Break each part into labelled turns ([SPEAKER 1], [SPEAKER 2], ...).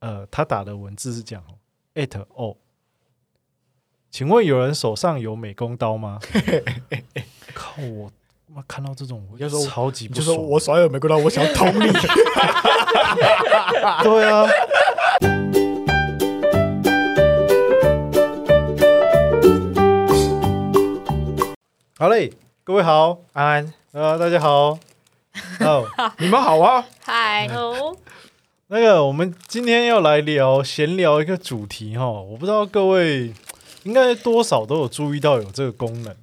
[SPEAKER 1] 呃，他打的文字是讲 at all，请问有人手上有美工刀吗？ 靠我！妈看到这种，我
[SPEAKER 2] 你就说
[SPEAKER 1] 超级不
[SPEAKER 2] 就
[SPEAKER 1] 爽。
[SPEAKER 2] 说我手有玫瑰刀，我想捅 你。
[SPEAKER 1] 对啊。好嘞，各位好，
[SPEAKER 2] 安安，
[SPEAKER 1] 呃，大家好，哦，
[SPEAKER 2] 你们好啊！
[SPEAKER 3] 嗨哦，
[SPEAKER 1] 那个，我们今天要来聊闲聊一个主题哈，我不知道各位应该多少都有注意到有这个功能的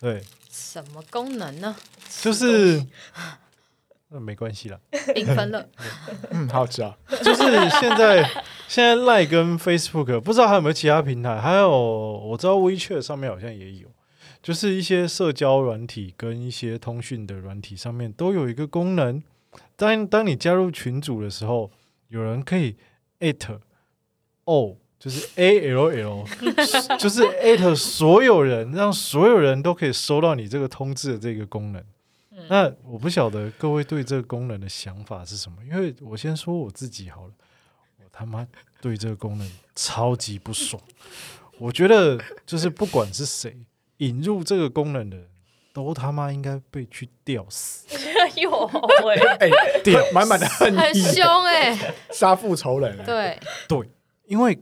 [SPEAKER 1] 对，
[SPEAKER 3] 什么功能 呢？
[SPEAKER 1] 就是 那没关系啦，
[SPEAKER 3] 缤纷了，
[SPEAKER 2] 嗯，好吃啊。
[SPEAKER 1] 就是现在现在赖跟 Facebook 不知道还有没有其他平台，还有我知道 WeChat 上面好像也有，就是一些社交软体跟一些通讯的软体上面都有一个功能，当当你加入群组的时候，有人可以 at o 就是 A L L，就是 at 所有人，让所有人都可以收到你这个通知的这个功能。那我不晓得各位对这个功能的想法是什么，因为我先说我自己好了，我他妈对这个功能超级不爽。我觉得就是不管是谁引入这个功能的人，都他妈应该被去吊死，
[SPEAKER 3] 哟喂，
[SPEAKER 2] 哎，满满的恨
[SPEAKER 3] 很
[SPEAKER 2] 意，
[SPEAKER 3] 凶哎、
[SPEAKER 2] 杀父仇人。，
[SPEAKER 3] 对，
[SPEAKER 1] 因为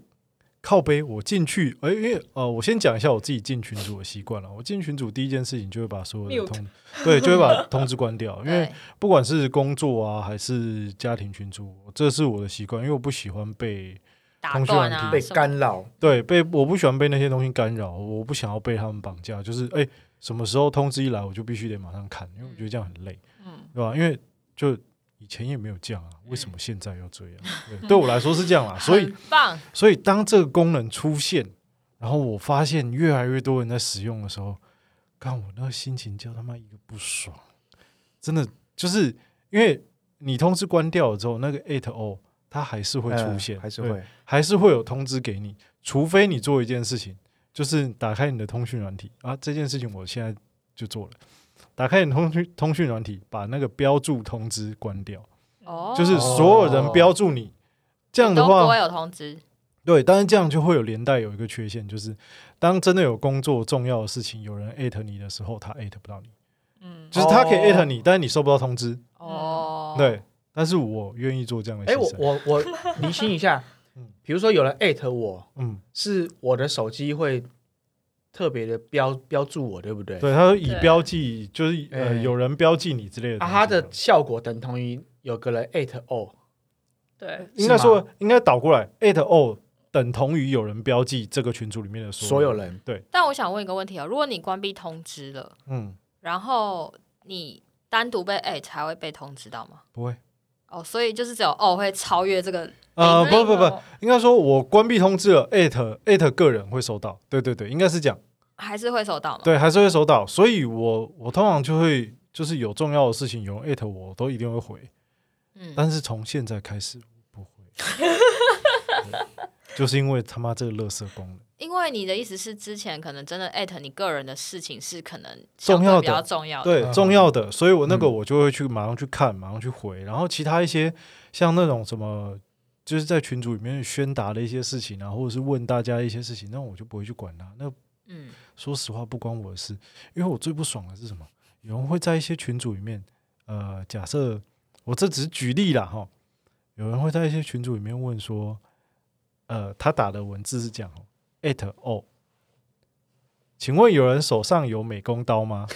[SPEAKER 1] 靠背我进去，哎、因为呃，我先讲一下我自己进群组的习惯了。我进群组第一件事情就会把所有的
[SPEAKER 4] Mute
[SPEAKER 1] 通，对，就会把通知关掉，因为
[SPEAKER 3] 对，
[SPEAKER 1] 不管是工作啊还是家庭群组，这是我的习惯，因为我不喜欢被
[SPEAKER 3] 打
[SPEAKER 1] 通讯
[SPEAKER 3] 断
[SPEAKER 1] 软
[SPEAKER 3] 啊，
[SPEAKER 1] 体
[SPEAKER 2] 被
[SPEAKER 3] 什么
[SPEAKER 2] 干扰。
[SPEAKER 1] 对被我不喜欢被那些东西干扰，我不想要被他们绑架，就是哎、什么时候通知一来，我就必须得马上看，因为我觉得这样很累，
[SPEAKER 3] 嗯
[SPEAKER 1] 对吧？因为就以前也没有这样啊，为什么现在要这样？对，对我来说是这样 啦，所以
[SPEAKER 3] 很棒，
[SPEAKER 1] 所以当这个功能出现，然后我发现越来越多人在使用的时候，看我那个心情叫他妈一个不爽，真的就是因为你通知关掉了之后，那个 at o 它还是会出现，
[SPEAKER 2] 嗯还是
[SPEAKER 1] 对
[SPEAKER 2] 会。
[SPEAKER 1] 还是会有通知给你，除非你做一件事情，就是打开你的通讯软体啊，这件事情我现在就做了。打开你的通讯通讯软体，把那个标注通知关掉，
[SPEAKER 3] 哦，
[SPEAKER 1] 就是所有人标注你，这样的话
[SPEAKER 3] 都不会有通知，
[SPEAKER 1] 对，但是这样就会有连带有一个缺陷，就是当真的有工作重要的事情，有人艾特你的时候，他艾特不到你，
[SPEAKER 4] 嗯，
[SPEAKER 1] 就是他可以
[SPEAKER 2] 哦
[SPEAKER 1] 艾特你，但是你收不到通知。
[SPEAKER 3] 哦，，
[SPEAKER 1] 对，但是我愿意做这样的
[SPEAKER 2] 哎，
[SPEAKER 1] 牺
[SPEAKER 2] 我
[SPEAKER 1] 牲。
[SPEAKER 2] 我我厘清一 下
[SPEAKER 1] 嗯，
[SPEAKER 2] 比如说有人艾特我，
[SPEAKER 1] 嗯，
[SPEAKER 2] 是我的手机会特别的标标注我，对不对？。
[SPEAKER 1] 对，他说以
[SPEAKER 3] 对
[SPEAKER 1] 标记就是呃
[SPEAKER 2] 哎
[SPEAKER 1] 有人标记你之类的东
[SPEAKER 2] 啊，
[SPEAKER 1] 西。
[SPEAKER 2] 它的效果等同于有个人艾特哦，
[SPEAKER 4] 对，
[SPEAKER 1] 应该
[SPEAKER 2] 是吗
[SPEAKER 1] 说应该倒过来艾特 o 等同于有人标记这个群组里面的
[SPEAKER 2] 所有。人
[SPEAKER 3] 但我想问一个问题哦，如果你关闭通知了，
[SPEAKER 1] 嗯，
[SPEAKER 3] 然后你单独被 at 还会被通知到吗？
[SPEAKER 1] 不会。
[SPEAKER 3] 哦，所以就是只有哦会超越这个，哎
[SPEAKER 1] 呃，不不不，
[SPEAKER 4] 哦，
[SPEAKER 1] 应该说我关闭通知了，艾特艾特个人会收到。对对对，应该是这样。
[SPEAKER 3] 还是会收到吗？
[SPEAKER 1] 对，还是会收到。所以我我通常就会就是有重要的事情，有人艾特我，我都一定会回。
[SPEAKER 3] 嗯，
[SPEAKER 1] 但是从现在开始我不回对，就是因为他妈这个垃圾功能，
[SPEAKER 3] 因为你的意思是之前可能真的 at 你个人的事情是可能
[SPEAKER 1] 重要的
[SPEAKER 3] 相对比较重要的，
[SPEAKER 1] 对、
[SPEAKER 2] 嗯
[SPEAKER 1] 重要的，所以我那个
[SPEAKER 2] 嗯
[SPEAKER 1] 我就会去马上去看，马上去回。然后其他一些像那种什么。就是在群组里面宣达的一些事情啊，或者是问大家一些事情，那我就不会去管它。那
[SPEAKER 3] 嗯，
[SPEAKER 1] 说实话不关我的事，因为我最不爽的是什么？有人会在一些群组里面，呃，假设我这只是举例啦哈，有人会在一些群组里面问说，呃，他打的文字是这样哦，at all，请问有人手上有美工刀 吗？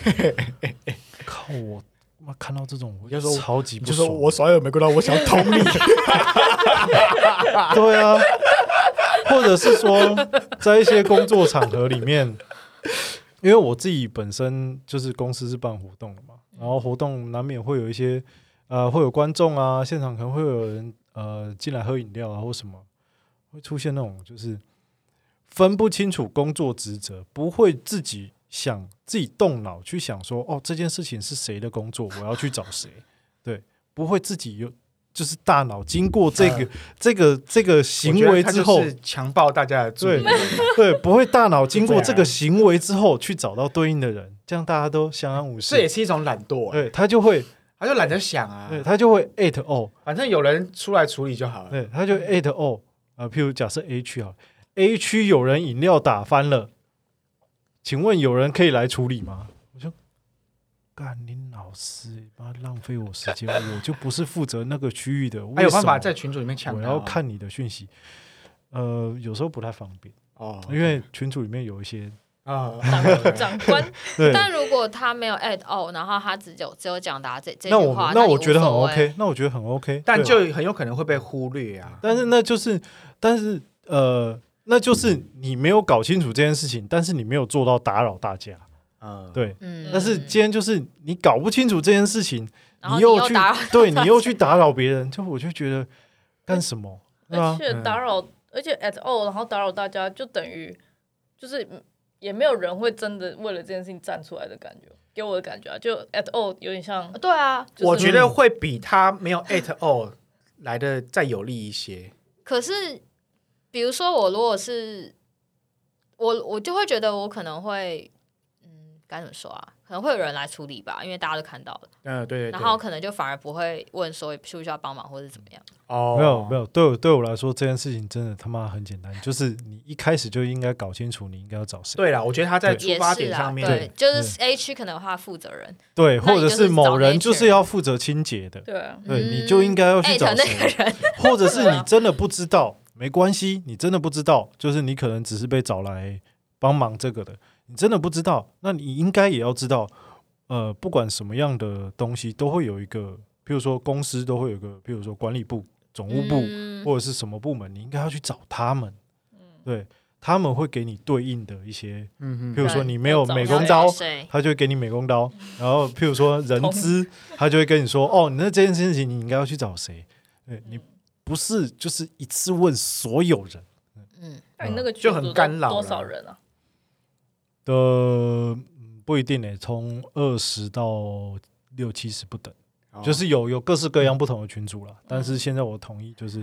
[SPEAKER 1] 靠我！妈看到这种，我
[SPEAKER 2] 你就说
[SPEAKER 1] 超级
[SPEAKER 2] 你
[SPEAKER 1] 不
[SPEAKER 2] 就
[SPEAKER 1] 爽
[SPEAKER 2] 说。我手有玫瑰刀，我想捅 你。
[SPEAKER 1] 对啊，或者是说在一些工作场合里面，因为我自己本身就是公司是办活动的嘛，然后活动难免会有一些呃会有观众啊，现场可能会有人呃进来喝饮料啊或什么，会出现那种就是分不清楚工作职责，不会自己想自己动脑去想说哦这件事情是谁的工作，我要去找谁，对，不会自己有。就是大脑经过这个、这个这个行为之后
[SPEAKER 2] 嗯我觉得他就，是强暴大家的注 意力，
[SPEAKER 1] 对，不会大脑经过
[SPEAKER 2] 对啊
[SPEAKER 1] 这个行为之后去找到对应的人，这样大家都相安无
[SPEAKER 2] 这也
[SPEAKER 1] 事。
[SPEAKER 2] 是一种懒惰。
[SPEAKER 1] 对他就会，
[SPEAKER 2] 他他就懒得想啊，
[SPEAKER 1] 对，他就会 at all，
[SPEAKER 2] 反正有人出来处理就好了。
[SPEAKER 1] 对，他就 at all 啊、譬如假设 A 区好，A 区有人饮料打翻了，请问有人可以来处理吗？我就干林老师，妈浪费我时间，我就不是负责那个区域的，
[SPEAKER 2] 还
[SPEAKER 1] 为
[SPEAKER 2] 有办
[SPEAKER 1] 什
[SPEAKER 2] 法
[SPEAKER 1] 么
[SPEAKER 2] 在群组里面抢
[SPEAKER 1] 我
[SPEAKER 2] 他
[SPEAKER 1] 要
[SPEAKER 2] 哦
[SPEAKER 1] 看你的讯息，呃，有时候不太方便，
[SPEAKER 2] 哦，
[SPEAKER 1] 因为群组里面有一些
[SPEAKER 2] 啊，
[SPEAKER 4] 长长官，
[SPEAKER 1] 对，
[SPEAKER 3] 但如果他没有 at all，然后他只有只有讲答这这句
[SPEAKER 1] 那我
[SPEAKER 3] 话，
[SPEAKER 1] 那
[SPEAKER 3] 你
[SPEAKER 1] 我
[SPEAKER 3] 无
[SPEAKER 1] 觉得很
[SPEAKER 3] 所谓
[SPEAKER 1] OK，那我觉得很 OK，
[SPEAKER 2] 但
[SPEAKER 1] 对啊
[SPEAKER 2] 就很有可能会被忽略啊。
[SPEAKER 1] 但是那就是，但是呃，那就是你没有搞清楚这件事情，但是你没有做到打扰大家，
[SPEAKER 2] 嗯，
[SPEAKER 1] 对。
[SPEAKER 3] 嗯，
[SPEAKER 1] 但是今天就是你搞不清楚这件事情，
[SPEAKER 3] 然后
[SPEAKER 1] 又
[SPEAKER 3] 又
[SPEAKER 1] 去
[SPEAKER 3] 打扰，
[SPEAKER 1] 对你又去打扰别人，就我就觉得干什么？
[SPEAKER 3] 呃
[SPEAKER 1] 对啊
[SPEAKER 4] 而
[SPEAKER 1] 吧？
[SPEAKER 4] 且
[SPEAKER 2] 嗯
[SPEAKER 4] 打扰，而且 at all，然后打扰大家，就等于就是嗯也没有人会真的为了这件事情站出来的感觉，给我的感觉啊，就 at all 有点像，
[SPEAKER 3] 对啊。
[SPEAKER 4] 就是
[SPEAKER 2] 我觉得会比他没有 at all 来的再有利一些。
[SPEAKER 3] 可是比如说我如果是我，我就会觉得我可能会，嗯，该怎么说啊？可能会有人来处理吧，因为大家都看到了，
[SPEAKER 2] 嗯，对对对。
[SPEAKER 3] 然后可能就反而不会问说需不需要帮忙或者怎么样。
[SPEAKER 2] 哦，
[SPEAKER 1] 没有没
[SPEAKER 2] 有，
[SPEAKER 1] 有，对我对我来说这件事情真的他妈很简单，就是你一开始就应该搞清楚你应该要找谁，
[SPEAKER 2] 对了，我觉得他在出
[SPEAKER 3] 也
[SPEAKER 2] 发
[SPEAKER 3] 是
[SPEAKER 2] 点
[SPEAKER 3] 啦，
[SPEAKER 2] 上面，
[SPEAKER 3] 对，就是 A 区可能有他的负责人，
[SPEAKER 1] 对，
[SPEAKER 3] 那
[SPEAKER 1] 或
[SPEAKER 3] 你
[SPEAKER 1] 者
[SPEAKER 3] 就是是
[SPEAKER 1] 某
[SPEAKER 3] 找那
[SPEAKER 1] 人
[SPEAKER 3] 一
[SPEAKER 1] 就是
[SPEAKER 3] 群
[SPEAKER 1] 要负责清洁的，
[SPEAKER 4] 对啊，
[SPEAKER 1] 对，
[SPEAKER 3] 嗯
[SPEAKER 1] 你就应该要去
[SPEAKER 3] 艾
[SPEAKER 1] 找
[SPEAKER 3] 特
[SPEAKER 1] 谁。
[SPEAKER 3] 那个人，
[SPEAKER 1] 或者是
[SPEAKER 4] 对啊
[SPEAKER 1] 你真的不知道，没关系，你真的不知道，就是你可能只是被找来帮忙这个的，你真的不知道，那你应该也要知道，呃，不管什么样的东西都会有一个，譬如说公司都会有一个，譬如说管理部、总务部、
[SPEAKER 3] 嗯
[SPEAKER 1] 或者是什么部门，你应该要去找他们，对他们会给你对应的一些，
[SPEAKER 2] 嗯
[SPEAKER 1] 譬如说
[SPEAKER 3] 对
[SPEAKER 1] 你没有
[SPEAKER 4] 要找
[SPEAKER 1] 美
[SPEAKER 4] 他
[SPEAKER 1] 工
[SPEAKER 4] 们
[SPEAKER 1] 刀，
[SPEAKER 3] 对
[SPEAKER 1] 他就会给你美工刀，然后譬如说人
[SPEAKER 4] 同
[SPEAKER 1] 资，他就会跟你说，哦，那这件事情你应该要去找谁？对你不是就是一次问所有人
[SPEAKER 3] 嗯，
[SPEAKER 4] 那你那个群
[SPEAKER 2] 就很
[SPEAKER 4] 组都
[SPEAKER 2] 干扰
[SPEAKER 4] 多
[SPEAKER 2] 啦
[SPEAKER 4] 少人啊？
[SPEAKER 1] 的，嗯不一定诶、从二十到六七十不等，
[SPEAKER 2] 嗯
[SPEAKER 1] 就是有有各式各样不同的群组啦。但是现在我同意，就是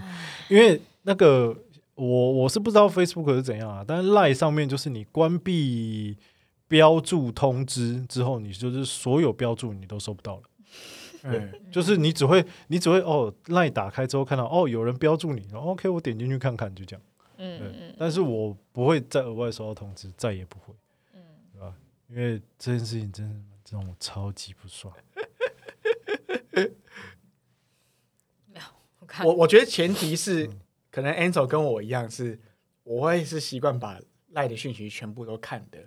[SPEAKER 1] 因为那个我我是不知道 Facebook 是怎样啊，但是 Line 上面就是你关闭标注通知之后，你就是所有标注你都收不到了。
[SPEAKER 2] 嗯
[SPEAKER 1] 就是你只会，你只会哦，赖打开之后看到哦，有人标注你，然后 OK，我点进去看看，就这样。对
[SPEAKER 4] 嗯嗯
[SPEAKER 1] 但是我不会再额外收到通知，再也不会，
[SPEAKER 4] 嗯，
[SPEAKER 1] 对吧？因为这件事情真的让我超级不爽。
[SPEAKER 3] 我看
[SPEAKER 2] 我我觉得前提是，可能 Ansel 跟我一样是，我会是习惯把赖的讯息全部都看的，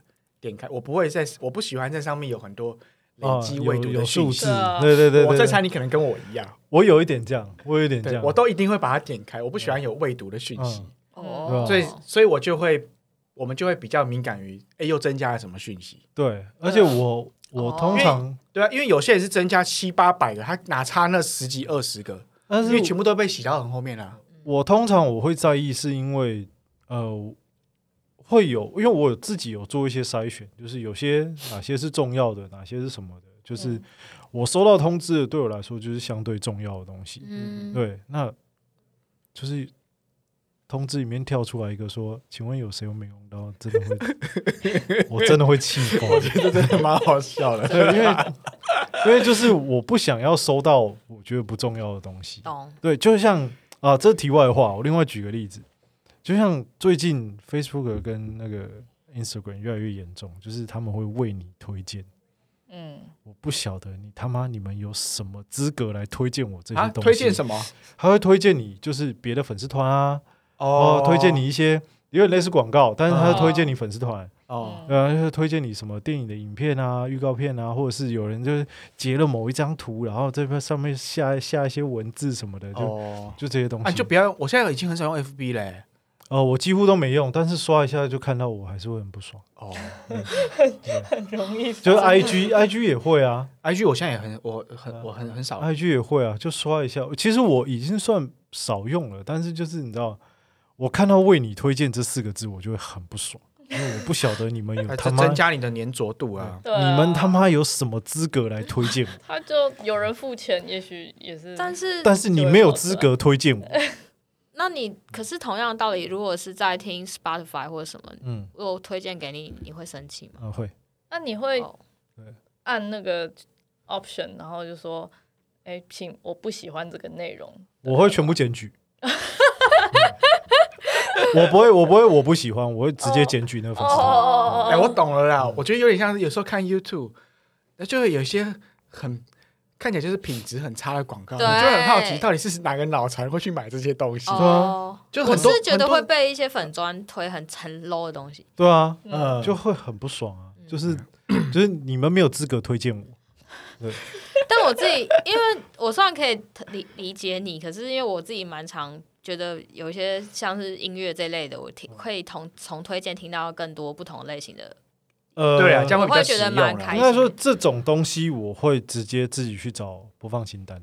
[SPEAKER 2] 点开，我不会在，我不喜欢在上面有很多累
[SPEAKER 1] 啊，
[SPEAKER 2] 积未
[SPEAKER 1] 有
[SPEAKER 2] 读
[SPEAKER 1] 有
[SPEAKER 2] 的
[SPEAKER 1] 数
[SPEAKER 2] 讯息
[SPEAKER 1] 字。
[SPEAKER 4] 对啊，
[SPEAKER 1] 对对对
[SPEAKER 2] 我
[SPEAKER 1] 对
[SPEAKER 2] 在
[SPEAKER 1] 对，
[SPEAKER 2] 猜你可能跟我一样，
[SPEAKER 1] 我有一点这样，我有一点这
[SPEAKER 2] 对
[SPEAKER 1] 样，
[SPEAKER 2] 我都一定会把它点开，我不喜欢有未读的讯息。
[SPEAKER 1] 嗯
[SPEAKER 3] 哦，
[SPEAKER 2] 所以所以我就会，我们就会比较敏感于，哎，又增加了什么讯息？
[SPEAKER 1] 对，而且我我
[SPEAKER 3] 哦
[SPEAKER 1] 通常，
[SPEAKER 2] 对啊，因为有些人是增加七八百个，他哪差那十几二十个？
[SPEAKER 1] 但
[SPEAKER 2] 因为
[SPEAKER 1] 是
[SPEAKER 2] 全部都被洗到很后面啊了、
[SPEAKER 1] 我通常我会在意，是因为呃，会有，因为我自己有做一些筛选，就是有些哪些是重要的，哪些是什么的，就是
[SPEAKER 4] 嗯
[SPEAKER 1] 我收到通知的，对我来说就是相对重要的东西。
[SPEAKER 3] 嗯，
[SPEAKER 1] 对，那就是通知里面跳出来一个说，请问有谁有美容刀？真的会，我真的会气疯。
[SPEAKER 2] 这真 的蛮好笑的。
[SPEAKER 1] 对，因为因为就是我不想要收到我觉得不重要的东西。
[SPEAKER 3] 懂，
[SPEAKER 1] 对，就像啊，这是题外话，我另外举个例子，就像最近 Facebook 跟那个 Instagram 越来越严重，就是他们会为你推荐。
[SPEAKER 4] 嗯，
[SPEAKER 1] 我不晓得你他妈你们有什么资格来推荐我这些
[SPEAKER 2] 啊，
[SPEAKER 1] 东西？
[SPEAKER 2] 推荐什么？
[SPEAKER 1] 还会推荐你就是别的粉丝团啊，哦、推荐你一些有点类似广告，但是他
[SPEAKER 2] 哦
[SPEAKER 1] 推荐你粉丝团，
[SPEAKER 4] 嗯
[SPEAKER 2] 哦，
[SPEAKER 1] 呃，就是推荐你什么电影的影片啊、预告片啊，或者是有人就是截了某一张图，然后这边上面下下一些文字什么的，就、
[SPEAKER 2] 哦，
[SPEAKER 1] 就这些东西。
[SPEAKER 2] 啊，你就不要，我现在已经很少用 FB 嘞、
[SPEAKER 1] 呃，我几乎都没用，但是刷一下就看到，我还是会很不爽。
[SPEAKER 2] 哦
[SPEAKER 4] 很容易
[SPEAKER 1] 就是
[SPEAKER 4] 发生
[SPEAKER 1] I G I G 也会啊
[SPEAKER 2] ，IG 我现在也很，我很我很很少。
[SPEAKER 1] ，I G 也会啊，就刷一下。其实我已经算少用了，但是就是你知道，我看到“为你推荐”这四个字，我就会很不爽，因为我不晓得你们有
[SPEAKER 2] 哎
[SPEAKER 1] 他
[SPEAKER 2] 这
[SPEAKER 1] 妈嗯
[SPEAKER 2] 增加你的粘着度啊！
[SPEAKER 4] 对啊
[SPEAKER 1] 你们他妈有什么资格来推 荐我？
[SPEAKER 4] 他就有人付钱，也许也是，
[SPEAKER 3] 但是
[SPEAKER 1] 但是你没有资格推荐我。
[SPEAKER 3] 那你可是同样的道理，如果是在听 Spotify 或者什么，
[SPEAKER 1] 嗯，
[SPEAKER 3] 如果推荐给你，你会生气吗？
[SPEAKER 1] 啊会，
[SPEAKER 4] 那你会
[SPEAKER 3] 哦
[SPEAKER 4] 按那个 option，然后就说哎，请我不喜欢这个内容，
[SPEAKER 1] 我会全部检举。嗯我不会，我不会，我不喜欢，我会直接检举那个粉丝。
[SPEAKER 4] 哦
[SPEAKER 2] 哎、我
[SPEAKER 3] 嗯
[SPEAKER 2] 懂了啦，我觉得有点像是有时候看 YouTube，那就会有一些很看起来就是品质很差的广告，你就
[SPEAKER 3] 对
[SPEAKER 2] 会很好奇到底是哪个脑残会去买这些东西。
[SPEAKER 3] 哦，
[SPEAKER 2] 啊就
[SPEAKER 3] 我
[SPEAKER 2] 很多
[SPEAKER 3] 是觉得会
[SPEAKER 2] 很多
[SPEAKER 3] 被一些粉砖推很很 low 的东西，
[SPEAKER 1] 对
[SPEAKER 4] 哦
[SPEAKER 1] 啊，
[SPEAKER 2] 嗯，
[SPEAKER 1] 就会很不爽啊，
[SPEAKER 3] 嗯
[SPEAKER 1] 就是就是你们没有资格推荐我。
[SPEAKER 3] 但我自己，因为我虽然可以理理解你，可是因为我自己蛮常觉得有一些像是音乐这类的，我听可以从从推荐听到更多不同类型的，
[SPEAKER 1] 呃，
[SPEAKER 2] 对啊，这样
[SPEAKER 3] 我
[SPEAKER 2] 会比较
[SPEAKER 3] 会
[SPEAKER 2] 实
[SPEAKER 3] 觉得
[SPEAKER 2] 用
[SPEAKER 3] 蛮
[SPEAKER 2] 啦
[SPEAKER 3] 开
[SPEAKER 1] 应
[SPEAKER 3] 心。
[SPEAKER 1] 该说这种东西我会直接自己去找播放清单，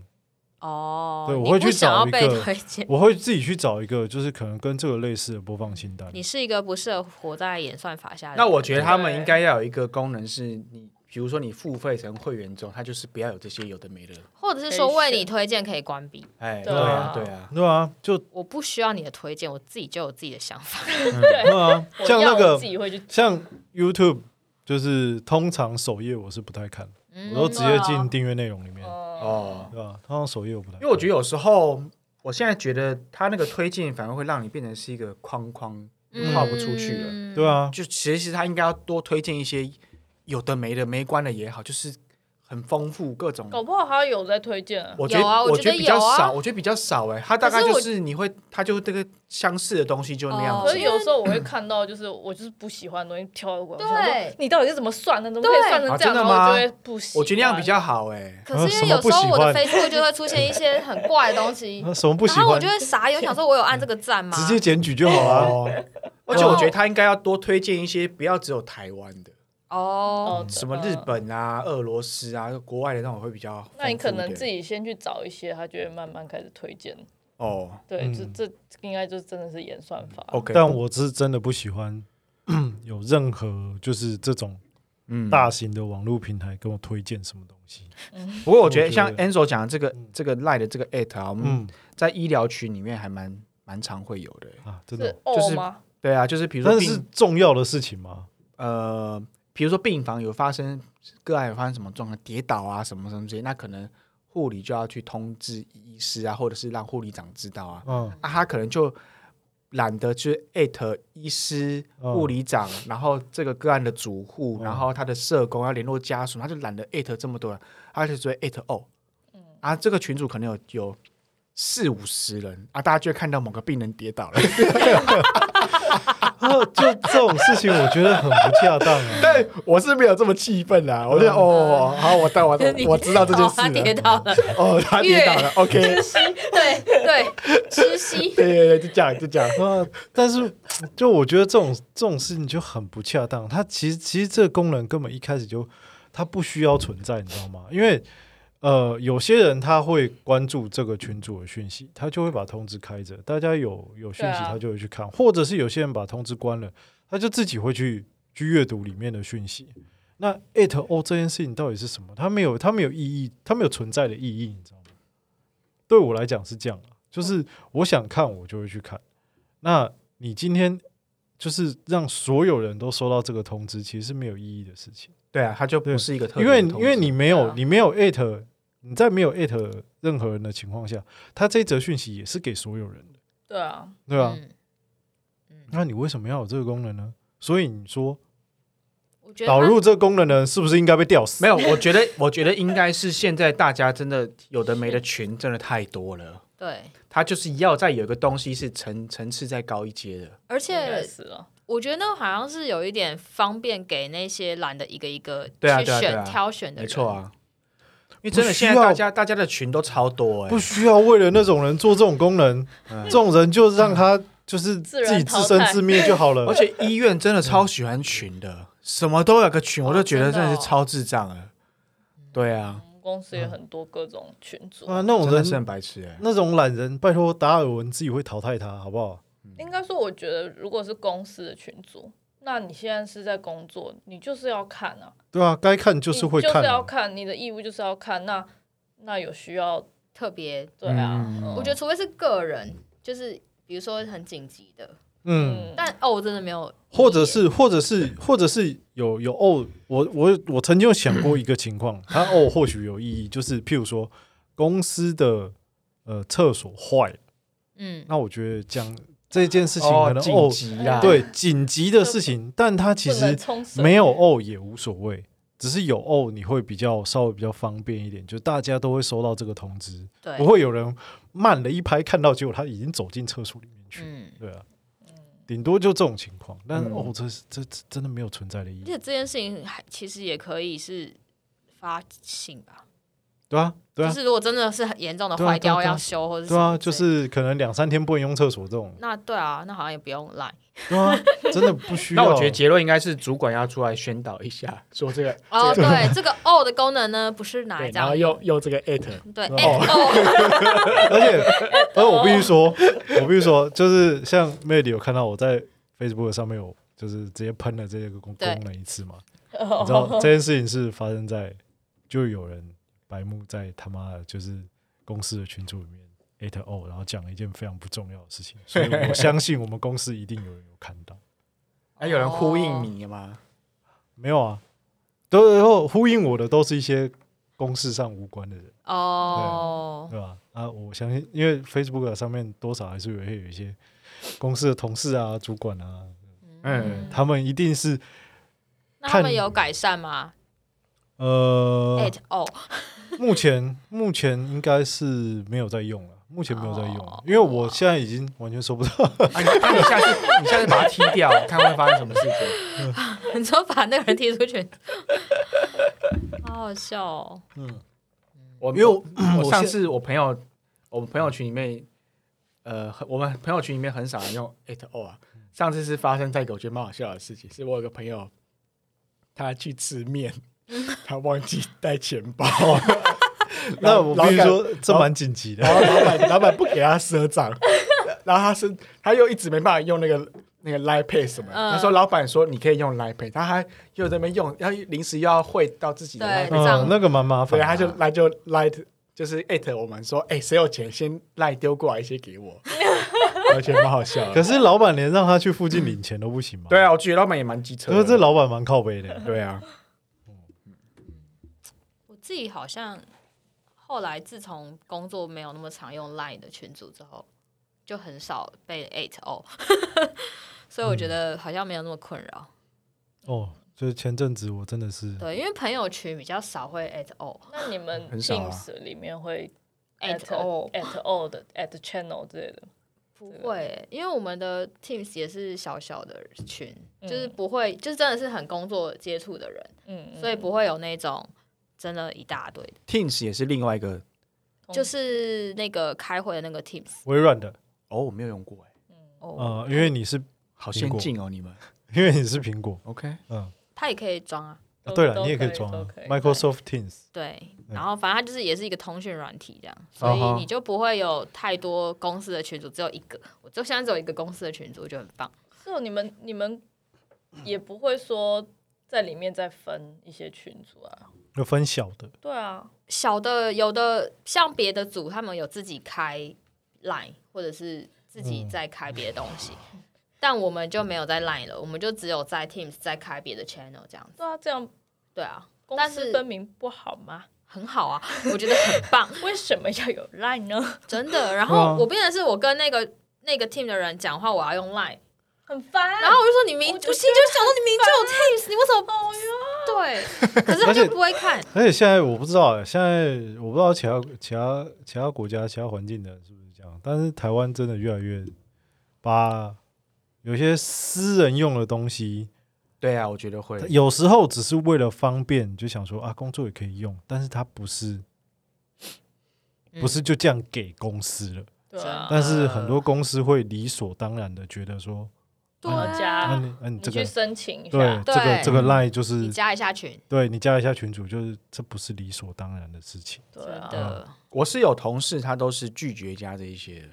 [SPEAKER 3] 哦，
[SPEAKER 1] 对我
[SPEAKER 3] 你
[SPEAKER 1] 会
[SPEAKER 3] 不
[SPEAKER 1] 去
[SPEAKER 3] 想
[SPEAKER 1] 找
[SPEAKER 3] 要
[SPEAKER 1] 一
[SPEAKER 3] 被
[SPEAKER 1] 个
[SPEAKER 3] 推荐。
[SPEAKER 1] 我会自己去找一个就是可能跟这个类似的播放清单。
[SPEAKER 3] 你是一个不适合活在演算法下的人。
[SPEAKER 2] 那我觉得他们应该要有一个功能，是你比如说你付费成会员之后，它就是不要有这些有的没的。
[SPEAKER 3] 或者是说为你推荐可以关闭，
[SPEAKER 2] 哎，
[SPEAKER 4] 对
[SPEAKER 2] 对
[SPEAKER 4] 啊
[SPEAKER 2] 啊，对啊，
[SPEAKER 1] 对啊，就
[SPEAKER 3] 我不需要你的推荐，我自己就有自己的想法。
[SPEAKER 1] 对 啊，
[SPEAKER 4] 我
[SPEAKER 1] 像那
[SPEAKER 4] 要我
[SPEAKER 1] 个
[SPEAKER 4] 自己会去
[SPEAKER 1] 像 YouTube，就是通常首页我是不太看，
[SPEAKER 3] 嗯
[SPEAKER 1] 我都直接进订阅内容里面，
[SPEAKER 4] 哦，
[SPEAKER 2] 哦，
[SPEAKER 1] 对吧？通常首页我不太看，
[SPEAKER 2] 因为我觉得有时候，我现在觉得它那个推进反而会让你变成是一个框框，嗯跨不出去了。
[SPEAKER 3] 嗯
[SPEAKER 1] 对，啊，
[SPEAKER 2] 就其实它应该要多推荐一些有的没的、没关的也好，就是很丰富各种。
[SPEAKER 4] 搞不好还有在推荐啊。
[SPEAKER 2] 我觉得，
[SPEAKER 3] 有啊我
[SPEAKER 2] 我
[SPEAKER 3] 觉
[SPEAKER 2] 觉
[SPEAKER 3] 得
[SPEAKER 2] 比较
[SPEAKER 3] 有啊
[SPEAKER 2] 少，我觉得比较少哎、它大概
[SPEAKER 3] 可是
[SPEAKER 2] 就
[SPEAKER 3] 我
[SPEAKER 2] 是你会，它就这个相似的东西就那
[SPEAKER 3] 哦
[SPEAKER 2] 样
[SPEAKER 4] 可
[SPEAKER 2] 子
[SPEAKER 4] 是。有时候我会看到，就是我就是不喜欢的东西挑过来，
[SPEAKER 3] 对
[SPEAKER 4] 我想说你到底是怎么算的？怎么可以
[SPEAKER 3] 对
[SPEAKER 4] 算成这
[SPEAKER 2] 啊真
[SPEAKER 4] 样？
[SPEAKER 2] 的
[SPEAKER 4] 然
[SPEAKER 2] 吗
[SPEAKER 4] 后我就会不喜欢。
[SPEAKER 2] 我觉得那样比较好哎、
[SPEAKER 3] 可是因为有时候我
[SPEAKER 1] 啊什么
[SPEAKER 3] 的
[SPEAKER 1] 不喜
[SPEAKER 3] Facebook 就会出现一些很怪的 东西，
[SPEAKER 1] 那什么不喜
[SPEAKER 3] 嗯然后我
[SPEAKER 1] 欢
[SPEAKER 3] 就，会傻眼，我想说我有按这个赞吗？
[SPEAKER 1] 直接检举就好了。
[SPEAKER 2] 哦，而且我觉得他应该要多推荐一些，不要只有台湾的，
[SPEAKER 3] 哦，
[SPEAKER 4] 哦
[SPEAKER 2] 什么日。本啊、俄罗斯啊、国外的那种会比较丰富一点。
[SPEAKER 4] 那你可能自己先去找一些，他就会慢慢开始推荐。
[SPEAKER 2] 哦
[SPEAKER 4] 对，
[SPEAKER 1] 嗯
[SPEAKER 4] 这这应该就真的是演算法。哦
[SPEAKER 2] ，OK，
[SPEAKER 1] 但我是真的不喜欢 有任何就是这种
[SPEAKER 2] 嗯
[SPEAKER 1] 大型的网络平台跟我推荐什么东西。
[SPEAKER 2] 不过我觉得像
[SPEAKER 1] 我觉
[SPEAKER 2] Enzo 讲的这个
[SPEAKER 1] 嗯
[SPEAKER 2] 这个 Line 的这个 at 啊，我们
[SPEAKER 1] 嗯
[SPEAKER 2] 在医疗群里面还蛮蛮常会有的。
[SPEAKER 1] 啊，真
[SPEAKER 4] 是
[SPEAKER 1] 的，
[SPEAKER 4] 哦
[SPEAKER 2] 就是
[SPEAKER 4] 吗？
[SPEAKER 2] 对啊，就是比如说
[SPEAKER 1] 但是是
[SPEAKER 2] 病
[SPEAKER 1] 重要的事情吗？
[SPEAKER 2] 呃，比如说病房有发生个案有发生什么状况，跌倒啊什么什么之类，那可能护理就要去通知医师啊，或者是让护理长知道啊。
[SPEAKER 1] 嗯，
[SPEAKER 2] 啊，他可能就懒得去艾特医师、
[SPEAKER 1] 嗯
[SPEAKER 2] 护理长，然后这个个案的主护，
[SPEAKER 1] 嗯
[SPEAKER 2] 然后他的社工要联络家属，他就懒得艾特这么多人，他就只会艾特哦。啊，这个群主可能有有四五十人啊，大家就会看到某个病人跌倒了。
[SPEAKER 1] 啊，就这种事情，我觉得很不恰当啊。
[SPEAKER 2] 但哎我是没有这么气愤啦，我就哦，好，我但我
[SPEAKER 3] 嗯 你
[SPEAKER 2] 我知道这件事
[SPEAKER 3] 哦他跌
[SPEAKER 2] 了，
[SPEAKER 3] 倒了，
[SPEAKER 2] 哦，他跌倒了，OK，
[SPEAKER 3] 对对，窒 息。
[SPEAKER 2] 对对对，就这样就这样，
[SPEAKER 1] 啊，但是就我觉得这种这种事情就很不恰当。它其实其实这个功能根本一开始就它不需要存在，你知道吗？因为呃，有些人他会关注这个群组的讯息，他就会把通知开着，大家有有讯息
[SPEAKER 4] 对啊
[SPEAKER 1] 他就会去看，或者是有些人把通知关了，他就自己会去去阅读里面的讯息。那 at o 这件事情到底是什么？它没有，它没有意义，它没有存在的意义，你知道吗？对我来讲是这样啊，就是我想看我就会去看。那你今天就是让所有人都收到这个通知，其实是没有意义的事情。
[SPEAKER 2] 对啊，他就不是一个特别
[SPEAKER 1] 因
[SPEAKER 2] 的
[SPEAKER 1] 为
[SPEAKER 2] 通
[SPEAKER 1] 因
[SPEAKER 2] 知
[SPEAKER 1] 为你没有、
[SPEAKER 4] 啊
[SPEAKER 1] 你没有 at 你在没有 at 任何人的情况下，他这一则讯息也是给所有人的，
[SPEAKER 4] 对啊，
[SPEAKER 1] 对吧、
[SPEAKER 3] 嗯
[SPEAKER 1] 那你为什么要有这个功能呢？所以你说
[SPEAKER 3] 我觉得他
[SPEAKER 1] 导入这个功能的人是不是应该被吊死？
[SPEAKER 2] 没有，我觉得， 我觉得应该是现在大家真的有的没的群真的太多了，
[SPEAKER 3] 对，
[SPEAKER 2] 他就是要再有一个东西是层层次再高一阶的。
[SPEAKER 3] 而
[SPEAKER 4] 应该
[SPEAKER 3] 且
[SPEAKER 4] 是啊了。
[SPEAKER 3] 我觉得那好像是有一点方便给那些懒得一个一个
[SPEAKER 2] 对啊
[SPEAKER 3] 去
[SPEAKER 2] 对啊对
[SPEAKER 3] 选
[SPEAKER 2] 啊
[SPEAKER 3] 挑选的
[SPEAKER 2] 没
[SPEAKER 3] 人。
[SPEAKER 2] 错啊，因为真的
[SPEAKER 1] 不需要
[SPEAKER 2] 现在大家大家的群都超多哎、
[SPEAKER 1] 不需要为了那种人做这种功能，
[SPEAKER 2] 嗯
[SPEAKER 1] 这种人就让他就是
[SPEAKER 4] 嗯自
[SPEAKER 1] 自
[SPEAKER 4] 然
[SPEAKER 1] 己
[SPEAKER 4] 淘
[SPEAKER 1] 自
[SPEAKER 4] 汰
[SPEAKER 1] 生自灭就 好
[SPEAKER 2] 而
[SPEAKER 1] 了。
[SPEAKER 2] 且医院真的超喜欢群的，什么都有个群，我就觉得真的是超智障了。对啊
[SPEAKER 4] 我，们公司也很多各种群组，
[SPEAKER 1] 啊，那种
[SPEAKER 2] 真的是
[SPEAKER 1] 人
[SPEAKER 2] 很白痴哎、
[SPEAKER 1] 那种懒人，拜托达尔文自己会淘汰他，好不好？
[SPEAKER 4] 应该说，我觉得如果是公司的群组，那你现在是在工作，你就是要看啊，
[SPEAKER 1] 对啊，该看就是会
[SPEAKER 4] 你就
[SPEAKER 1] 看
[SPEAKER 4] 是
[SPEAKER 1] 啊、
[SPEAKER 4] 要看，你的义务就是要看。那那有需要，
[SPEAKER 3] 特别，
[SPEAKER 4] 对啊，
[SPEAKER 2] 嗯
[SPEAKER 4] 嗯
[SPEAKER 3] 我觉得除非是个人，就是比如说很紧急的，
[SPEAKER 1] 嗯，
[SPEAKER 3] 但哦，我真的没有，
[SPEAKER 1] 或者是或者是或者是有有哦，我我我曾经有想过一个情况，它哦或许有意义，就是譬如说公司的呃厕所坏了，
[SPEAKER 3] 嗯，
[SPEAKER 1] 那我觉得讲这件事情可
[SPEAKER 2] 哦，
[SPEAKER 1] 能
[SPEAKER 2] 紧
[SPEAKER 1] 哦，
[SPEAKER 2] 急啦，
[SPEAKER 1] 对紧急的事情，但它其
[SPEAKER 4] 不能
[SPEAKER 1] 实
[SPEAKER 4] 冲绳
[SPEAKER 1] 没有哦也无所谓，只是有哦你会比较稍微比较方便一点，就大家都会收到这个通知，
[SPEAKER 3] 对，
[SPEAKER 1] 不会有人慢了一拍看到，结果他已经走进厕所里面去，
[SPEAKER 3] 嗯，
[SPEAKER 1] 对啊。顶多就这种情况，但、
[SPEAKER 2] 嗯
[SPEAKER 1] 哦，这是这这真的没有存在的意
[SPEAKER 3] 而且
[SPEAKER 1] 义，
[SPEAKER 3] 这件事情还其实也可以是发信吧，
[SPEAKER 1] 对啊，对啊
[SPEAKER 3] 就，是如果真的是很严重的
[SPEAKER 1] 对啊
[SPEAKER 3] 坏掉
[SPEAKER 1] 对啊对啊
[SPEAKER 3] 要修或者
[SPEAKER 1] 对啊，
[SPEAKER 3] 什么之
[SPEAKER 1] 就
[SPEAKER 3] 类的
[SPEAKER 1] 是可能两三天不能用厕所这 种，
[SPEAKER 3] 那对啊，那好像也不用赖
[SPEAKER 1] 对啊，真的不需要。
[SPEAKER 2] 那我觉得结论应该是主管要出来宣导一下，说这个
[SPEAKER 3] 哦。
[SPEAKER 2] 这个
[SPEAKER 3] 对，这个 O 的功能呢，不是拿
[SPEAKER 2] 对
[SPEAKER 3] 一，
[SPEAKER 2] 然后
[SPEAKER 3] 张
[SPEAKER 2] 又又这个 at，
[SPEAKER 3] 对哎
[SPEAKER 1] 哦
[SPEAKER 3] O，
[SPEAKER 1] 而且，而且我必须说，我必须说，就是像妹 y 有看到我在 Facebook 上面有就是直接喷了这个功
[SPEAKER 3] 对
[SPEAKER 1] 功能一次嘛，你知道
[SPEAKER 4] 哦
[SPEAKER 1] 这件事情是发生在就有人白目在他妈的就是公司的群组里面 at o，然后讲了一件非常不重要的事情，所以我相信我们公司一定有人有看到，
[SPEAKER 2] 还啊有人呼应你吗？
[SPEAKER 1] 没有啊？都然后呼应我的都是一些公事上无关的人。
[SPEAKER 3] 哦，
[SPEAKER 1] 对吧？啊，我相信，因为 Facebook 啊上面多少还是有会有一些公司的同事啊、主管啊，
[SPEAKER 2] 嗯，
[SPEAKER 1] 他们一定是
[SPEAKER 3] 那他们
[SPEAKER 1] 看
[SPEAKER 3] 有改善吗
[SPEAKER 1] 呃，
[SPEAKER 3] ？at O，
[SPEAKER 1] 目前目前应该是没有在用了，目前没有在用了
[SPEAKER 3] 哦，
[SPEAKER 1] 因为我现在已经完全收不 到。
[SPEAKER 2] 啊你那你下次你下次把它踢掉，看会发生什么事情。
[SPEAKER 3] 你说把那个人踢出去， 好好笑哦。
[SPEAKER 1] 嗯，
[SPEAKER 2] 我
[SPEAKER 1] 因为我
[SPEAKER 2] 我上
[SPEAKER 1] 现
[SPEAKER 2] 次我朋友，我们朋友群里面，呃，很我们朋友群里面很少人用 at all 啊。上次是发生在一个我觉得蛮好笑的事情，是我有个朋友，他去吃 面，他忘记带钱包，
[SPEAKER 1] 那我
[SPEAKER 2] 老
[SPEAKER 1] 必须
[SPEAKER 2] 感
[SPEAKER 1] 说，这蛮紧急的
[SPEAKER 2] 然。后老板老板不给他赊账， 然后他是他又一直没办法用那个那个 Line Pay 什么，
[SPEAKER 3] 嗯
[SPEAKER 2] 他说老板说你可以用 Line Pay，他还又在那边用，要临时又要汇到自己的 Line
[SPEAKER 3] 对
[SPEAKER 2] Pay，
[SPEAKER 3] 这样
[SPEAKER 1] 嗯，那个蛮麻烦
[SPEAKER 2] 所以
[SPEAKER 1] 的。
[SPEAKER 2] 他就来就 Line 就是 at 我们说，哎、谁有钱先 Line 丢过来一些给 我，我觉得蛮好笑的
[SPEAKER 1] 可是老板连让他去附近领钱都不行吗？
[SPEAKER 2] 对
[SPEAKER 1] 啊，
[SPEAKER 2] 啊，我觉得老板也蛮机车
[SPEAKER 1] 因为
[SPEAKER 2] 的，
[SPEAKER 1] 这老板蛮靠背的。
[SPEAKER 2] 对啊，
[SPEAKER 3] 我自己好像后来自从工作没有那么常用 Line 的群组之后，就很少被 at O，所以我觉得好像没有那么困扰。
[SPEAKER 1] 哦，就是前阵子我真的是
[SPEAKER 3] 对，因为朋友群比较少会 oh at O
[SPEAKER 4] 那你们
[SPEAKER 2] 很少啊
[SPEAKER 4] Teams 里面会
[SPEAKER 3] at
[SPEAKER 4] at
[SPEAKER 3] O，
[SPEAKER 4] at all 的 at channel 之类的，
[SPEAKER 3] 不
[SPEAKER 4] 嗯
[SPEAKER 3] 会，因为我们的 Teams 也是小小的群，
[SPEAKER 4] 嗯
[SPEAKER 3] 就是不会，就是真的是很工作接触的人，
[SPEAKER 4] 嗯，
[SPEAKER 3] 所以不会有那种真的一大堆的，
[SPEAKER 2] Teams 也是另外一个
[SPEAKER 3] 就是那个开会的那个 Teams
[SPEAKER 1] 微软的，
[SPEAKER 2] 哦，我没有用过哎、
[SPEAKER 3] 哦，
[SPEAKER 1] 呃，因为你是
[SPEAKER 2] 好先进哦，你们
[SPEAKER 1] 因为你是苹果，
[SPEAKER 2] OK，
[SPEAKER 1] 嗯。
[SPEAKER 3] 它也可以装啊，
[SPEAKER 1] 啊
[SPEAKER 4] 都
[SPEAKER 1] 对了，
[SPEAKER 4] 都
[SPEAKER 1] 你也可以
[SPEAKER 4] 可以
[SPEAKER 1] 装
[SPEAKER 4] 都
[SPEAKER 1] 啊
[SPEAKER 4] 可以
[SPEAKER 1] Microsoft Teams。
[SPEAKER 3] 对，
[SPEAKER 1] 嗯
[SPEAKER 3] 然后反正它就是也是一个通讯软体这样，所
[SPEAKER 2] 啊哈
[SPEAKER 3] 以你就不会有太多公司的群组，只有一个，我就现在只有一个公司的群组，我觉得很棒。
[SPEAKER 4] 是哦，你们你们也不会说在里面再分一些群组啊？
[SPEAKER 1] 有分小的，
[SPEAKER 4] 对啊，
[SPEAKER 3] 小的有的像别的组，他们有自己开 Line 或者是自己
[SPEAKER 1] 嗯
[SPEAKER 3] 在开别的东西，但我们就没有在 Line 了，我们就只有在 Teams 在开别的 channel 这样子。
[SPEAKER 4] 对啊，这样
[SPEAKER 3] 对啊，
[SPEAKER 4] 公
[SPEAKER 3] 但
[SPEAKER 4] 私
[SPEAKER 3] 是
[SPEAKER 4] 分明不好吗？
[SPEAKER 3] 很好啊，我觉得很棒。
[SPEAKER 4] 为什么要有 line 呢？
[SPEAKER 3] 真的。然
[SPEAKER 1] 对啊
[SPEAKER 3] 后我变成是我跟那个那个 team 的人讲话，我要用 Line，
[SPEAKER 4] 很烦。
[SPEAKER 3] 然后我就说你明，
[SPEAKER 4] 我
[SPEAKER 3] 我
[SPEAKER 4] 就
[SPEAKER 3] 心就想到你明就有
[SPEAKER 4] 啊
[SPEAKER 3] Teams，你为什么不？对，可是他
[SPEAKER 1] 而且
[SPEAKER 3] 就不会看。
[SPEAKER 1] 而且现在我不知道欸，现在我不知道其他其他其他国家、其他环境的人是不是这样，但是台湾真的越来越把有些私人用的东西，
[SPEAKER 2] 对啊，我觉得会
[SPEAKER 1] 有时候只是为了方便，就想说啊，工作也可以用，但是它不是不是就这样给公司了，
[SPEAKER 4] 对嗯啊，
[SPEAKER 1] 但是很多公司会理所当然的觉得说，
[SPEAKER 3] 对
[SPEAKER 1] 啊
[SPEAKER 4] 啊
[SPEAKER 1] 那
[SPEAKER 3] 啊，
[SPEAKER 1] 你那你
[SPEAKER 4] 你
[SPEAKER 1] 这个
[SPEAKER 4] 去申请一
[SPEAKER 1] 对啊
[SPEAKER 4] 下，
[SPEAKER 1] 这个
[SPEAKER 3] 对
[SPEAKER 1] 这个 line 就是
[SPEAKER 3] 你加一下群，
[SPEAKER 1] 对你加一下群主，就是这不是理所当然的事情。
[SPEAKER 4] 对
[SPEAKER 3] 真
[SPEAKER 4] 啊，
[SPEAKER 3] 的
[SPEAKER 2] 我是有同事，他都是拒绝加这一些的。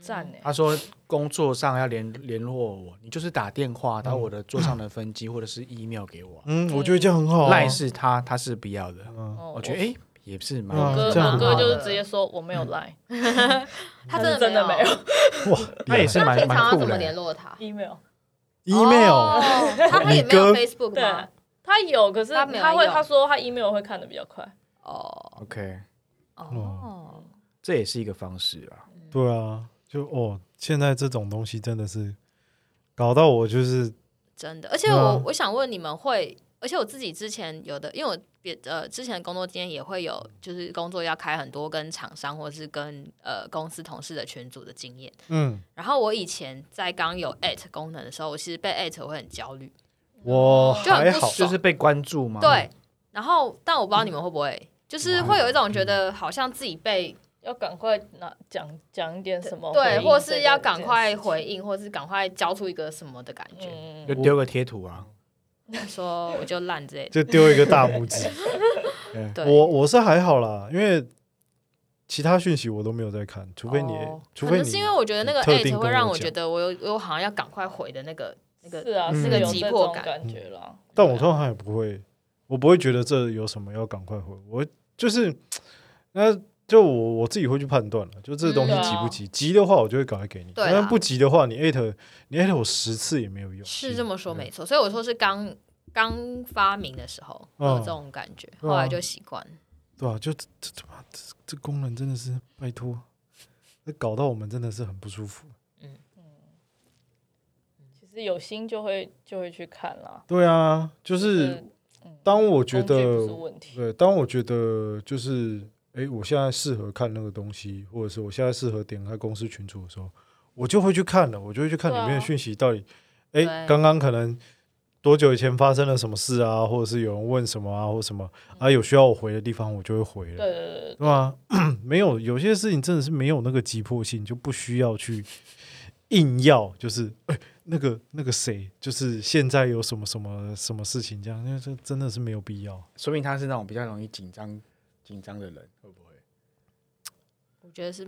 [SPEAKER 4] 赞欸
[SPEAKER 1] 啊
[SPEAKER 3] 欸
[SPEAKER 4] 呢。
[SPEAKER 2] 他说工作上要联联络我，你就是打电话到我的桌上的分机、或者是 email 给我啊。
[SPEAKER 1] 嗯，我觉得这样很好、啊。
[SPEAKER 2] 赖是他，他是不要的。
[SPEAKER 1] 嗯，
[SPEAKER 4] 哦
[SPEAKER 2] 我觉得哎、也是蛮
[SPEAKER 1] 我
[SPEAKER 4] 哥
[SPEAKER 1] 嗯这样
[SPEAKER 4] 我
[SPEAKER 1] 很
[SPEAKER 4] 哥
[SPEAKER 1] 好
[SPEAKER 4] 就是直接说我没有
[SPEAKER 3] 嗯
[SPEAKER 4] line
[SPEAKER 3] 他
[SPEAKER 4] 是
[SPEAKER 3] 真
[SPEAKER 4] 嗯真的没有
[SPEAKER 1] 哇，
[SPEAKER 2] 那 也是
[SPEAKER 3] 那
[SPEAKER 2] 蛮
[SPEAKER 3] 平常
[SPEAKER 2] 蛮
[SPEAKER 3] 要
[SPEAKER 2] 酷
[SPEAKER 3] 怎么
[SPEAKER 2] 的
[SPEAKER 3] 联
[SPEAKER 2] 欸。
[SPEAKER 3] 络他
[SPEAKER 4] email，
[SPEAKER 1] email
[SPEAKER 3] 哦他们也没
[SPEAKER 1] 你哥
[SPEAKER 3] 有 Facebook
[SPEAKER 4] 对啊
[SPEAKER 3] 吗？
[SPEAKER 4] 他有，可是
[SPEAKER 3] 他没有
[SPEAKER 4] 他会
[SPEAKER 3] 用
[SPEAKER 4] 他说他 email 会看的比较快，
[SPEAKER 3] 哦，
[SPEAKER 2] OK，
[SPEAKER 3] 哦，
[SPEAKER 2] 这也是一个方式啊。
[SPEAKER 1] 对啊，就哦，现在这种东西真的是搞到我就是
[SPEAKER 3] 真的。而且
[SPEAKER 1] 对啊
[SPEAKER 3] 我我想问你们会，而且我自己之前有的，因为我别呃之前工作经验也会有，就是工作要开很多跟厂商或是跟呃公司同事的群组的经验。
[SPEAKER 1] 嗯，
[SPEAKER 3] 然后我以前在刚有 at 功能的时候，我其实被 at 我会很焦虑，
[SPEAKER 1] 我
[SPEAKER 3] 就很
[SPEAKER 1] 还
[SPEAKER 3] 不
[SPEAKER 1] 好，
[SPEAKER 2] 就是被关注
[SPEAKER 1] 哦
[SPEAKER 2] 吗？
[SPEAKER 3] 对。然后但我不知道你们会不会，就是会有一种觉得好像自己被
[SPEAKER 4] 要赶快拿讲讲一点嗯什么回应这
[SPEAKER 3] 对，
[SPEAKER 4] 个，
[SPEAKER 3] 或是要赶快
[SPEAKER 4] 这件事情
[SPEAKER 3] 回应，或是赶快交出一个什么的感觉，
[SPEAKER 4] 嗯
[SPEAKER 2] 就丢个贴图啊。
[SPEAKER 3] 说我就 烂之类 的。
[SPEAKER 1] 就丢一个大拇指。
[SPEAKER 3] 对，
[SPEAKER 1] 我我是还好啦，因为其他讯息我都没有在看，除非你，
[SPEAKER 3] 哦
[SPEAKER 1] 除
[SPEAKER 3] 可
[SPEAKER 1] 非
[SPEAKER 3] 能
[SPEAKER 1] 你
[SPEAKER 3] 是因为我觉得那个
[SPEAKER 1] 特定跟
[SPEAKER 3] at 会
[SPEAKER 1] 我
[SPEAKER 3] 让我
[SPEAKER 1] 讲
[SPEAKER 3] 觉得我有我好像要赶快回的那个那个
[SPEAKER 4] 是啊，
[SPEAKER 2] 嗯
[SPEAKER 4] 是
[SPEAKER 2] 那个
[SPEAKER 4] 有
[SPEAKER 3] 急
[SPEAKER 4] 这
[SPEAKER 3] 迫
[SPEAKER 4] 种
[SPEAKER 3] 感
[SPEAKER 4] 感觉啦。啊
[SPEAKER 1] 但
[SPEAKER 3] 啊
[SPEAKER 1] 我通常也不会，我不会觉得这有什么要赶快回，我就是，那就我我自己会去判断了，就这东西
[SPEAKER 3] 嗯
[SPEAKER 1] 急不急，急的话我就会赶快给你，
[SPEAKER 3] 对啊
[SPEAKER 1] 但不急的话你 at 你 at 我十次也没有用，
[SPEAKER 3] 是这么说
[SPEAKER 1] 对
[SPEAKER 3] 没错，所以我说是刚刚发明的时候
[SPEAKER 1] 嗯
[SPEAKER 3] 会有这种感觉，
[SPEAKER 1] 对啊
[SPEAKER 3] 后来就习惯。
[SPEAKER 1] 对啊，就这这这妈这这功能真的是拜托，那搞到我们真的是很不舒服。
[SPEAKER 4] 其实有心就会就会去看啦。
[SPEAKER 1] 对啊，就是当我觉
[SPEAKER 4] 工具不
[SPEAKER 1] 得
[SPEAKER 4] 是问题，
[SPEAKER 1] 对，当我觉得就是，诶，我现在适合看那个东西，或者是我现在适合点开公司群组的时候，我就会去看了，我就会去看里
[SPEAKER 4] 对啊
[SPEAKER 1] 面的讯息到底，诶，
[SPEAKER 3] 对
[SPEAKER 1] 刚刚可能多久以前发生了什么事啊，或者是有人问什么啊，或什么啊，有需要我回的地方，我就会回了。
[SPEAKER 4] 嗯对对对对，
[SPEAKER 1] 对吧？ 没有有些事情真的是没有那个急迫性，就不需要去硬要，就是哎、那个那个谁，就是现在有什么什么什么事情这样，那这真的是没有必要。
[SPEAKER 2] 说明他是那种比较容易紧张紧张的人，会不会？
[SPEAKER 3] 我觉得是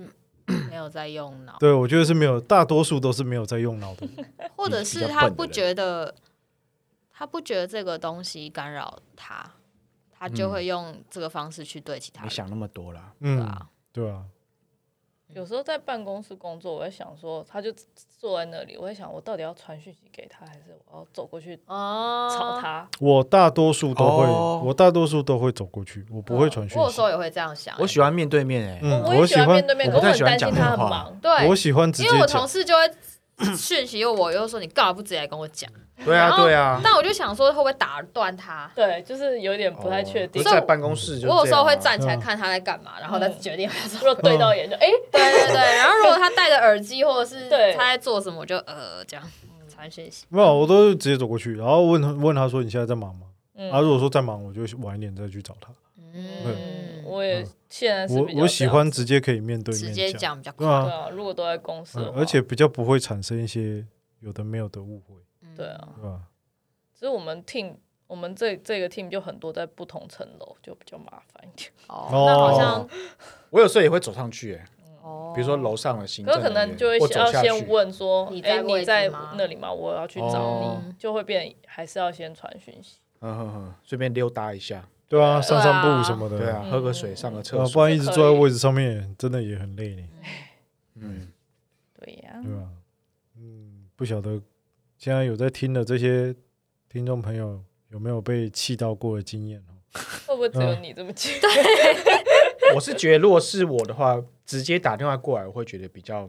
[SPEAKER 3] 没有在用脑，
[SPEAKER 1] 对我觉得是没有，大多数都是没有在用脑的。
[SPEAKER 3] 或者
[SPEAKER 2] 比
[SPEAKER 3] 是
[SPEAKER 2] 较
[SPEAKER 3] 他
[SPEAKER 2] 笨的
[SPEAKER 3] 不
[SPEAKER 2] 人
[SPEAKER 3] 觉得他不觉得这个东西干扰他，他就
[SPEAKER 2] 嗯
[SPEAKER 3] 会用这个方式去对其他
[SPEAKER 2] 没
[SPEAKER 3] 人。
[SPEAKER 2] 想那么多啦。
[SPEAKER 3] 对
[SPEAKER 1] 嗯，
[SPEAKER 3] 啊，
[SPEAKER 1] 对啊，
[SPEAKER 4] 有时候在办公室工作，我会想说，他就坐在那里，我会想，我到底要传讯息给他，还是我要走过去
[SPEAKER 3] 哦，
[SPEAKER 4] 吵他？
[SPEAKER 1] 我大多数都会，
[SPEAKER 2] 哦
[SPEAKER 1] 我大多数都会走过去，我不会传讯
[SPEAKER 3] 嗯我有
[SPEAKER 1] 息
[SPEAKER 3] 时。候也会这样想、欸
[SPEAKER 2] 我喜欢面对面哎、
[SPEAKER 1] 嗯，
[SPEAKER 4] 也喜
[SPEAKER 1] 喜
[SPEAKER 4] 欢
[SPEAKER 1] 欢
[SPEAKER 4] 面对面，
[SPEAKER 2] 我不
[SPEAKER 4] 可我
[SPEAKER 2] 太
[SPEAKER 4] 很
[SPEAKER 2] 喜欢
[SPEAKER 4] 担心
[SPEAKER 2] 讲电
[SPEAKER 4] 他很
[SPEAKER 2] 话
[SPEAKER 4] 忙。
[SPEAKER 3] 对，
[SPEAKER 1] 我喜欢直接
[SPEAKER 3] 因为我
[SPEAKER 1] 讲
[SPEAKER 3] 同，事 就会讯息我，又说你干嘛不直接来跟我讲？
[SPEAKER 2] 对
[SPEAKER 3] 然
[SPEAKER 2] 啊，
[SPEAKER 3] 后
[SPEAKER 2] 对啊。
[SPEAKER 3] 但我就想说会不会打断他？
[SPEAKER 4] 对，就是有点不太确定
[SPEAKER 2] 哦可。是在办公室就、啊
[SPEAKER 3] 我有时候会站起来
[SPEAKER 1] 嗯
[SPEAKER 3] 看他在干嘛，然后再决定要不要
[SPEAKER 4] 如
[SPEAKER 3] 说。
[SPEAKER 4] 果对到眼就哎，
[SPEAKER 3] 嗯 对对对，然后如果他戴着耳机或者是
[SPEAKER 4] 对
[SPEAKER 3] 他在做什么，我就呃这样传讯息。
[SPEAKER 1] 没有，我都是直接走过去，然后问他问他说你现在在忙吗？
[SPEAKER 4] 嗯
[SPEAKER 1] 啊，如果说在忙，我就晚一点再去找他。
[SPEAKER 4] 嗯，
[SPEAKER 3] 嗯，
[SPEAKER 4] 我也现在是
[SPEAKER 1] 我
[SPEAKER 4] 比较
[SPEAKER 1] 我
[SPEAKER 4] 这
[SPEAKER 1] 喜
[SPEAKER 4] 样
[SPEAKER 1] 欢
[SPEAKER 4] 子
[SPEAKER 1] 直接可以面对
[SPEAKER 3] 直
[SPEAKER 1] 面
[SPEAKER 3] 接，讲比较
[SPEAKER 1] 对
[SPEAKER 3] 快。
[SPEAKER 4] 对
[SPEAKER 1] 啊，
[SPEAKER 4] 啊，如果都在公司
[SPEAKER 1] 嗯
[SPEAKER 4] 的话，
[SPEAKER 1] 而且比较不会产生一些有的没有的误会，
[SPEAKER 3] 嗯
[SPEAKER 4] 对啊，
[SPEAKER 1] 对吧？
[SPEAKER 4] 只是我们 team，我们这这个 team 就很多在不同层楼，就比较麻烦一点。
[SPEAKER 3] 哦，
[SPEAKER 1] 哦
[SPEAKER 3] 那好像
[SPEAKER 2] 我有时候也会走上去、哎，
[SPEAKER 3] 哦，
[SPEAKER 2] 比如说楼上的行
[SPEAKER 4] 可
[SPEAKER 2] 政
[SPEAKER 4] 是可
[SPEAKER 2] 人员，
[SPEAKER 4] 能就会
[SPEAKER 2] 我
[SPEAKER 4] 先要
[SPEAKER 2] 走下去
[SPEAKER 4] 先问说，
[SPEAKER 3] 你在
[SPEAKER 4] 哎，
[SPEAKER 3] 位
[SPEAKER 4] 你
[SPEAKER 3] 置
[SPEAKER 4] 在
[SPEAKER 3] 吗
[SPEAKER 4] 那里吗？我要去找
[SPEAKER 2] 哦
[SPEAKER 4] 你，就会变还是要先传讯息。
[SPEAKER 2] 嗯哼哼，顺便溜达一下，
[SPEAKER 1] 对啊，
[SPEAKER 3] 对啊
[SPEAKER 1] 散散步什么的，
[SPEAKER 2] 对啊，
[SPEAKER 4] 嗯
[SPEAKER 2] 喝个水，上个
[SPEAKER 1] 对
[SPEAKER 2] 厕
[SPEAKER 1] 啊，不
[SPEAKER 2] 所，
[SPEAKER 1] 然一直坐在位置上面，真的也很累呢，
[SPEAKER 2] 嗯，
[SPEAKER 4] 对呀、
[SPEAKER 1] 对吧？嗯，不晓得现在有在听的这些听众朋友有没有被气到过的经验哦？
[SPEAKER 4] 会不会只有你 这么觉得？
[SPEAKER 2] 我是觉得如果是我的话，直接打电话过来，我会觉得比较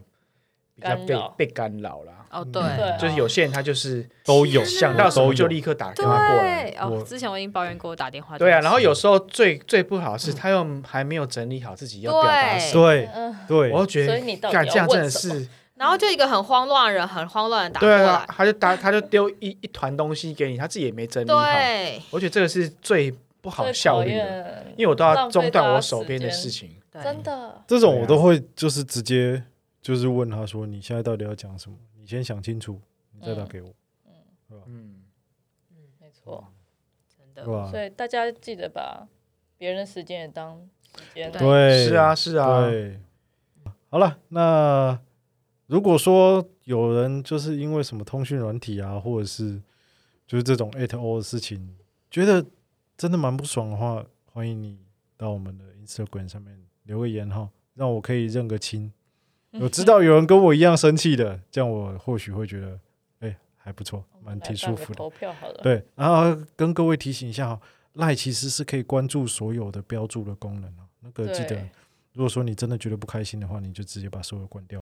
[SPEAKER 2] 比较
[SPEAKER 4] 干
[SPEAKER 2] 被
[SPEAKER 4] 扰
[SPEAKER 2] 被干扰啦。
[SPEAKER 1] 嗯
[SPEAKER 3] 哦
[SPEAKER 4] 对
[SPEAKER 3] 对
[SPEAKER 4] 啊，
[SPEAKER 2] 嗯就是有些人他就是
[SPEAKER 1] 都有
[SPEAKER 2] 想到什
[SPEAKER 1] 都
[SPEAKER 2] 么就
[SPEAKER 1] 有，
[SPEAKER 2] 立刻打电话过来，
[SPEAKER 3] 对哦
[SPEAKER 1] 我，
[SPEAKER 3] 之前我已经抱怨过打电话这
[SPEAKER 2] 对
[SPEAKER 3] 件事。
[SPEAKER 2] 啊，然后有时候最最不好的是他又还没有整理好自己要表达什么，
[SPEAKER 1] 对
[SPEAKER 4] 嗯，
[SPEAKER 1] 对
[SPEAKER 2] 我，就觉
[SPEAKER 4] 所
[SPEAKER 2] 得
[SPEAKER 4] 以你到底
[SPEAKER 2] 干
[SPEAKER 4] 要
[SPEAKER 2] 这样真的
[SPEAKER 4] 问什么
[SPEAKER 2] 是
[SPEAKER 3] 然后就一个很慌乱的人，很慌乱的打过
[SPEAKER 2] 对啊
[SPEAKER 3] 来，，
[SPEAKER 2] 他就打他就丢一一团东西给你，他自己也没整理好，
[SPEAKER 3] 对
[SPEAKER 2] 我觉得这个是最不好
[SPEAKER 4] 最
[SPEAKER 2] 效
[SPEAKER 4] 讨
[SPEAKER 2] 率的，
[SPEAKER 4] 厌，
[SPEAKER 2] 因为我都要中断我
[SPEAKER 4] 浪费大家
[SPEAKER 2] 手边的事
[SPEAKER 4] 时间
[SPEAKER 2] 情。
[SPEAKER 3] 对
[SPEAKER 4] 真的
[SPEAKER 1] 这种我都会就是直接就是问他说你现在到底要讲什么？你先想清楚，你再打
[SPEAKER 4] 嗯
[SPEAKER 1] 给我，
[SPEAKER 2] 嗯，
[SPEAKER 4] 没错。
[SPEAKER 3] 真
[SPEAKER 1] 对
[SPEAKER 3] 的，
[SPEAKER 1] 吧？
[SPEAKER 4] 所以大家记得把别人的时间也当时间来。
[SPEAKER 1] 对，
[SPEAKER 2] 是啊，是啊，
[SPEAKER 1] 对，好了，那如果说有人就是因为什么通讯软体啊，或者是就是这种 at all 的事情，觉得真的蛮不爽的话，欢迎你到我们的 Instagram 上面留个言哈，让我可以认个 亲。我知道有人跟我一样生气的，这样我或许会觉得，哎、还不错，
[SPEAKER 4] 我们
[SPEAKER 1] 蛮
[SPEAKER 4] 来
[SPEAKER 1] 挺
[SPEAKER 4] 办
[SPEAKER 1] 舒
[SPEAKER 4] 个
[SPEAKER 1] 服的。
[SPEAKER 4] 投票好了。
[SPEAKER 1] 对，然后跟各位提醒一下哈，赖其实是可以关注所有的标注的功能哦，那个记得
[SPEAKER 4] 对
[SPEAKER 1] 如果说你真的觉得不开心的话，你就直接把所有关掉。